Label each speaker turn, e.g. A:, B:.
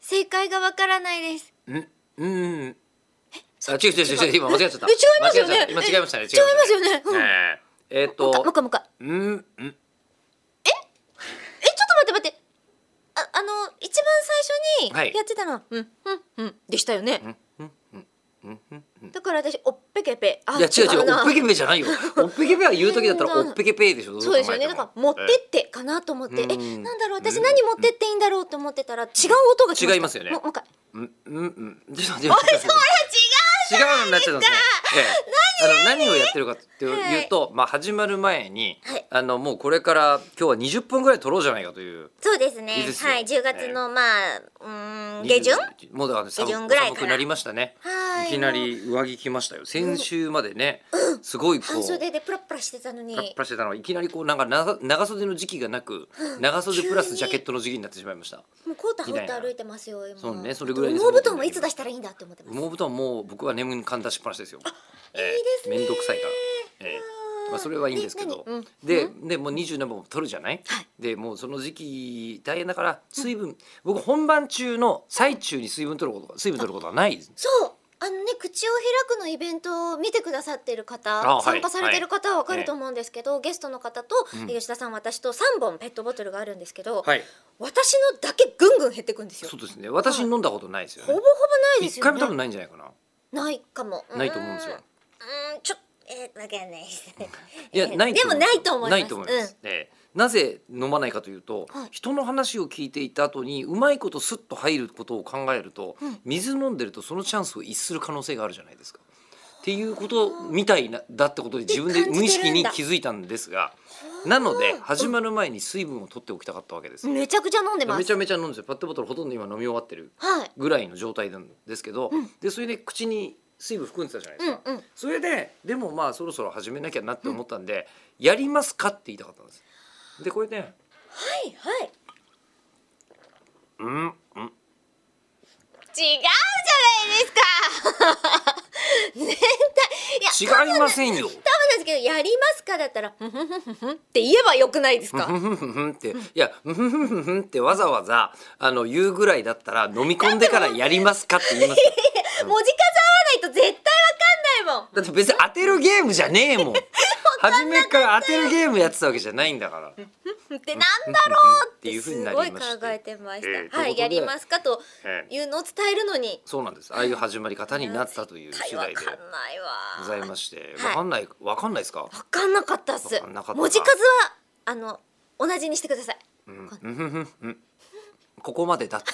A: 正解がわからないです
B: うんうんあ違う違う違う今間違えちゃった
A: え違いますよね
B: 間違えちゃった今違いましたね
A: え違いますよね
B: 違いましたねえーっ
A: も
B: と
A: かもかもか
B: うんうん
A: えちょっと待って待ってああの一番最
B: は
A: 初
B: い
A: にやってたのは、うんうんうんでしたよね、
B: んうんうんうんうん
A: だから私おっぺけぺあ
B: いや違う違う
A: な
B: おっぺけぺじ ゃないよおっぺけぺは言う時だったら
A: うん
B: おっぺけぺでしょど
A: そうですよね
B: 考
A: だ
B: え
A: か
B: て
A: ら
B: も
A: 持ってってかなと思って、
B: うん
A: えなんだろう私
B: うん
A: 何持ってっていいんだろうと思ってたら違う音がしました
B: 違いますよね
A: ももう一回
B: うんうんうんちょっと待って待って違うのになっちゃったんですね。ええ、あの何をやってるかっていうと、まあ始まる前に、
A: はい
B: あのもうこれから今日は20分ぐらい撮ろうじゃないかという。
A: そうですね
B: いいですよ
A: はい10月の、まあうーん下旬
B: 20もうだから
A: 下
B: 寒
A: 旬ぐらいか
B: 寒
A: ら
B: くなりましたね。
A: はい
B: いきなり上着着ましたよ。先週までね、すごいこ
A: 半袖
B: う。
A: でプラプラしてたのに
B: パッパしてたのがいきなりこうなんか長長袖の時期がな く長袖プラスジャケットの時期になってしまいました
A: もうコート羽織って歩いてますよ今
B: そうねそれぐらいです
A: 羽毛布団はいつ出したらいいんだって思ってます
B: 羽毛布団もう僕は眠りに感出しっぱなしですよええ
A: いいですね
B: めんどくさいから、ええ
A: あー
B: まあ、それはいいんですけど
A: え何うん
B: で,、
A: う
B: でもう20何本も取るじゃない、
A: はい
B: でもうその時期大変だから水分、僕本番中の最中に水分取ることが水分取ることはないです
A: そうあのね口を開くのイベントを見てくださってる方、
B: あはい
A: 参加されてる方はわかると思うんですけど、ゲストの方と、
B: うん
A: 吉田さん私と3本ペットボトルがあるんですけど、
B: はい
A: 私のだけぐんぐん減ってくんですよ
B: そうですね私飲んだことないですよ
A: ほぼ
B: ね
A: ほぼないです
B: 一
A: よね
B: 回も多分ないんじゃないかな
A: ないかも
B: ないと思うんですよ
A: うーんちょっえー、わかんないですね
B: いや
A: えー
B: ない
A: で
B: と思
A: も
B: う
A: ないと思います
B: ないと思います、ええなぜ飲まないかというと、
A: はい
B: 人の話を聞いていた後にうまいことスッと入ることを考えると、
A: うん
B: 水飲んでるとそのチャンスを逸する可能性があるじゃないですか。っていうことみたいなだってことで自分で無意識に気づいたんですがなので始まる前に水分を取っておきたかったわけです。
A: うん、めちゃくちゃ飲んでます
B: めちゃめちゃ飲んでるペットボトルほとんど今飲み終わってる
A: はい
B: ぐらいの状態なんですけど、
A: うん
B: でそれで口に水分含んでたじゃないで
A: うん
B: す
A: う
B: か。
A: ん
B: それででもまあそろそろ始めなきゃなって思ったんで、やりますかって言いたかったんですでこれね
A: はいはい
B: うんう
A: 違
B: ん
A: うじゃないですか 絶対いや
B: 違いませんよ
A: 多分なんですけど「やりますか?」だったら「ふふふふふん」って言えばよくないですか
B: ふんふんふんふんっていやふんふんふんふんってわざわざあの言うぐらいだったら飲み込んでからやりますかって言いますよ
A: 文字数合わないと絶対わかんないもん
B: だって別に当てるゲームじゃねえもん初めから当てるゲームやってたわけじゃないんだから
A: ふんってなんだろうっ
B: ってい
A: て
B: うふう
A: す
B: にな
A: ごい
B: り
A: 考
B: まして
A: えてました、
B: ええということで
A: はい「やりますか?」と
B: ええ
A: いうのを伝えるのに
B: そうなんですああいう始まり方になったという
A: 絶
B: 次
A: 対わ
B: 第で
A: かんないわ
B: ございまして
A: はい
B: わかんないわかんないですか
A: わかんなかったっす
B: わかんなかった
A: 文字数はあの同じにしてください
B: うんうんうんうんここまでだって